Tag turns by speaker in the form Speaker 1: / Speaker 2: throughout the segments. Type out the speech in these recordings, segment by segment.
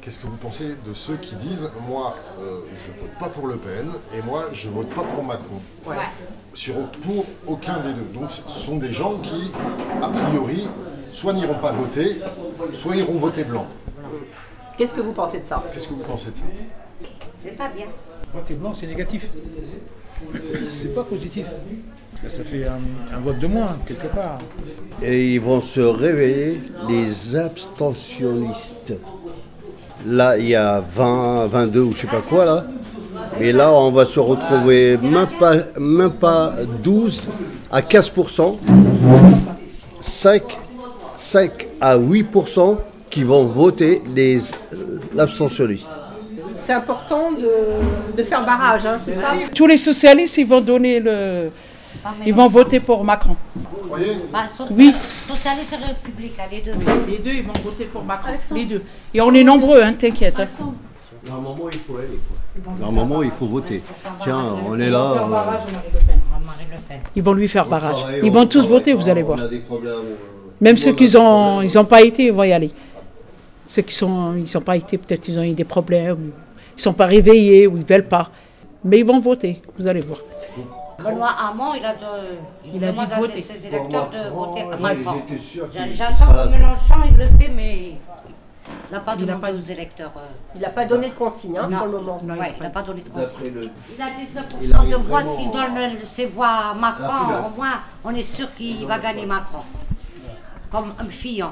Speaker 1: Qu'est-ce que vous pensez de ceux qui disent moi euh, je vote pas pour Le Pen et moi je vote pas pour Macron
Speaker 2: Ouais.
Speaker 1: sur, pour aucun des deux. Donc ce sont des gens qui, a priori, soit n'iront pas voter, soit iront voter blanc.
Speaker 2: Qu'est-ce que vous pensez de ça
Speaker 1: Qu'est-ce que vous pensez de ça
Speaker 3: C'est pas bien.
Speaker 4: Voter blanc, c'est négatif. C'est pas positif. Ben, Ça fait un, un vote de moins, quelque part.
Speaker 5: et ils vont se réveiller les abstentionnistes. Là, il y a 20, 22 ou je sais pas quoi là. Mais là, on va se retrouver même pas, même pas 12 à 15%, 5, 5 à 8% qui vont voter les euh, l'abstentionniste.
Speaker 2: C'est important de, de faire barrage, hein, c'est ça
Speaker 6: Tous les socialistes, ils vont donner le. Ils vont voter pour Macron.
Speaker 1: Vous voyez
Speaker 3: Bah, so-
Speaker 6: Oui.
Speaker 3: Socialiste et républicain, les deux.
Speaker 6: Les deux, ils vont voter pour Macron. Les deux. Et on est nombreux, hein, t'inquiète. hein.
Speaker 5: Normalement, il faut aller. Normalement, il faut voter. Tiens, on est là. euh,
Speaker 3: Marine Le Pen.
Speaker 6: Ils vont lui faire
Speaker 5: on
Speaker 6: barrage.
Speaker 5: travaille,
Speaker 6: Ils
Speaker 5: on
Speaker 6: vont tous
Speaker 5: travaille
Speaker 6: voter,
Speaker 5: pas,
Speaker 6: vous allez
Speaker 5: euh, on
Speaker 6: voir.
Speaker 5: a des problèmes, euh,
Speaker 6: Même
Speaker 5: tout
Speaker 6: ceux
Speaker 5: le monde a
Speaker 6: qui
Speaker 5: des
Speaker 6: n'ont
Speaker 5: problèmes.
Speaker 6: ils ont pas été, ils vont y aller. Ceux qui sont, ils n'ont pas été, peut-être ils ont eu des problèmes, ou ils sont pas réveillés, ou ils veulent pas. Mais ils vont voter, vous allez voir.
Speaker 3: Benoît Hamon, il a, de,
Speaker 6: Il a
Speaker 3: demande
Speaker 6: dit
Speaker 3: à
Speaker 6: voter.
Speaker 3: ses, ses électeurs de voter à Macron.
Speaker 5: J'étais sûr qu'il-
Speaker 3: J'a-
Speaker 5: qu'il
Speaker 3: J'attends
Speaker 5: sera
Speaker 3: que
Speaker 5: là.
Speaker 3: Mélenchon il le fait, mais il n'a pas
Speaker 6: Il a
Speaker 3: demandé
Speaker 6: pas-
Speaker 3: aux électeurs. euh,
Speaker 2: Il n'a pas donné de consigne hein,
Speaker 3: non.
Speaker 2: pour le moment.
Speaker 6: Non, il a
Speaker 3: Ouais, il
Speaker 6: pas-
Speaker 3: n'a pas donné de conseils.
Speaker 5: D'après le-
Speaker 3: Il a 19%
Speaker 5: Il arrive
Speaker 3: de voix.
Speaker 5: vraiment
Speaker 3: S'il
Speaker 5: en-
Speaker 3: donne ses voix à
Speaker 5: La
Speaker 3: Macron,
Speaker 5: finale.
Speaker 3: au moins, on est sûr qu'il va gagner Macron. Comme un Fillon.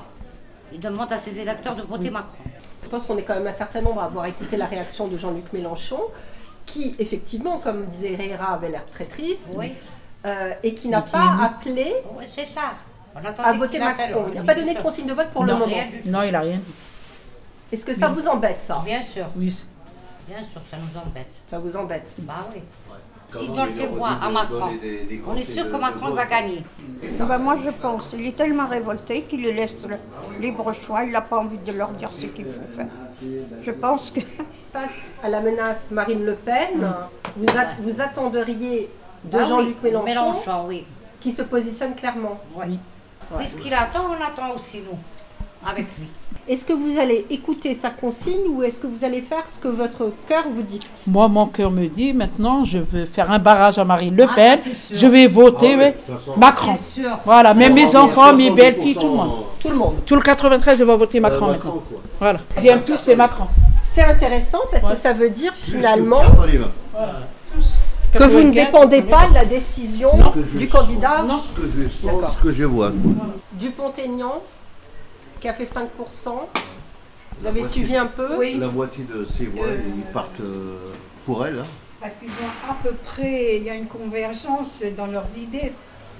Speaker 3: Il demande à ses électeurs de voter Macron.
Speaker 2: Je pense qu'on est quand même un certain nombre à avoir écouté la réaction de Jean-Luc Mélenchon, qui effectivement, comme disait Herrera, avait l'air très triste,
Speaker 3: Oui,
Speaker 2: euh, et qui n'a pas appelé
Speaker 3: Oui, c'est ça. On attendait
Speaker 2: à
Speaker 3: qu'il
Speaker 2: voter
Speaker 3: appelle.
Speaker 2: Macron. Il n'a pas donné de consigne de vote pour le
Speaker 3: Non,
Speaker 2: moment.
Speaker 3: rien du tout.
Speaker 6: Non, il a rien dit.
Speaker 2: Est-ce que ça vous embête, ça
Speaker 3: Bien sûr,
Speaker 6: Oui.
Speaker 3: bien sûr, ça nous embête.
Speaker 2: Ça vous embête.
Speaker 3: Bah oui. S'il
Speaker 5: Comment
Speaker 3: donne
Speaker 5: il
Speaker 3: ses
Speaker 5: aurait
Speaker 3: voix
Speaker 5: dû
Speaker 3: à
Speaker 5: donner
Speaker 3: Macron,
Speaker 5: des- des
Speaker 3: on est sûr
Speaker 5: conseils
Speaker 3: que
Speaker 5: de-
Speaker 3: Macron
Speaker 5: de
Speaker 3: va
Speaker 5: vote.
Speaker 3: gagner.
Speaker 7: Bah, moi je pense, il est tellement révolté qu'il les laisse le libre choix, il n'a pas envie de leur dire ce qu'il faut faire. Je pense que
Speaker 2: Face à la menace Marine Le Pen, vous, a- vous attenderiez de
Speaker 3: Mm. Ah oui,
Speaker 2: Jean-Luc Mélenchon,
Speaker 3: Mélenchon, oui.
Speaker 2: qui se positionne clairement.
Speaker 3: Puisqu'il attend, on attend aussi nous, avec lui.
Speaker 2: Est-ce que vous allez écouter sa consigne ou est-ce que vous allez faire ce que votre cœur vous dicte
Speaker 6: Moi, mon cœur me dit maintenant, je veux faire un barrage à Marine Le
Speaker 3: Ah,
Speaker 6: Pen.
Speaker 3: ça, c'est sûr.
Speaker 6: je vais voter
Speaker 5: Ah ouais,
Speaker 6: ouais,
Speaker 5: de toute façon.
Speaker 6: Macron.
Speaker 3: C'est sûr.
Speaker 6: Voilà, même mes enfants, mes belles-filles,
Speaker 5: 70%,
Speaker 6: tout le monde.
Speaker 2: Tout le monde.
Speaker 6: Tout le 93, je vais voter
Speaker 5: euh,
Speaker 6: Macron maintenant.
Speaker 5: Macron, quoi.
Speaker 6: Voilà. Deuxième tour, c'est Macron.
Speaker 2: C'est intéressant parce que
Speaker 6: Ouais.
Speaker 2: ça veut dire
Speaker 5: Plus que
Speaker 2: finalement
Speaker 5: quatre, on y va.
Speaker 2: que vous ne
Speaker 6: 95,
Speaker 2: dépendez
Speaker 6: on est
Speaker 2: pas de la décision
Speaker 5: Que je
Speaker 2: du
Speaker 5: sens-
Speaker 2: candidat
Speaker 5: Ce que je sens,
Speaker 2: D'accord.
Speaker 5: ce que je vois. quoi.
Speaker 2: du Aignan qui a fait 5%. Vous avez
Speaker 5: Voici.
Speaker 2: suivi un peu
Speaker 5: La moitié de ces voix, ils partent euh, pour elle. hein.
Speaker 8: Parce qu'ils ont à peu près, il y a une convergence dans leurs idées.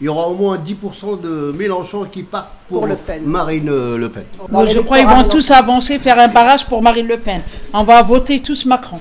Speaker 5: Il y aura au moins 10% de Mélenchon qui partent pour,
Speaker 2: Pour Le Pen.
Speaker 5: Marine euh, Le Pen.
Speaker 2: Dans
Speaker 6: je
Speaker 2: l'électorat
Speaker 6: crois qu'ils vont
Speaker 2: Mélenchon.
Speaker 6: tous avancer, faire un barrage pour Marine Le Pen. On va voter tous Macron.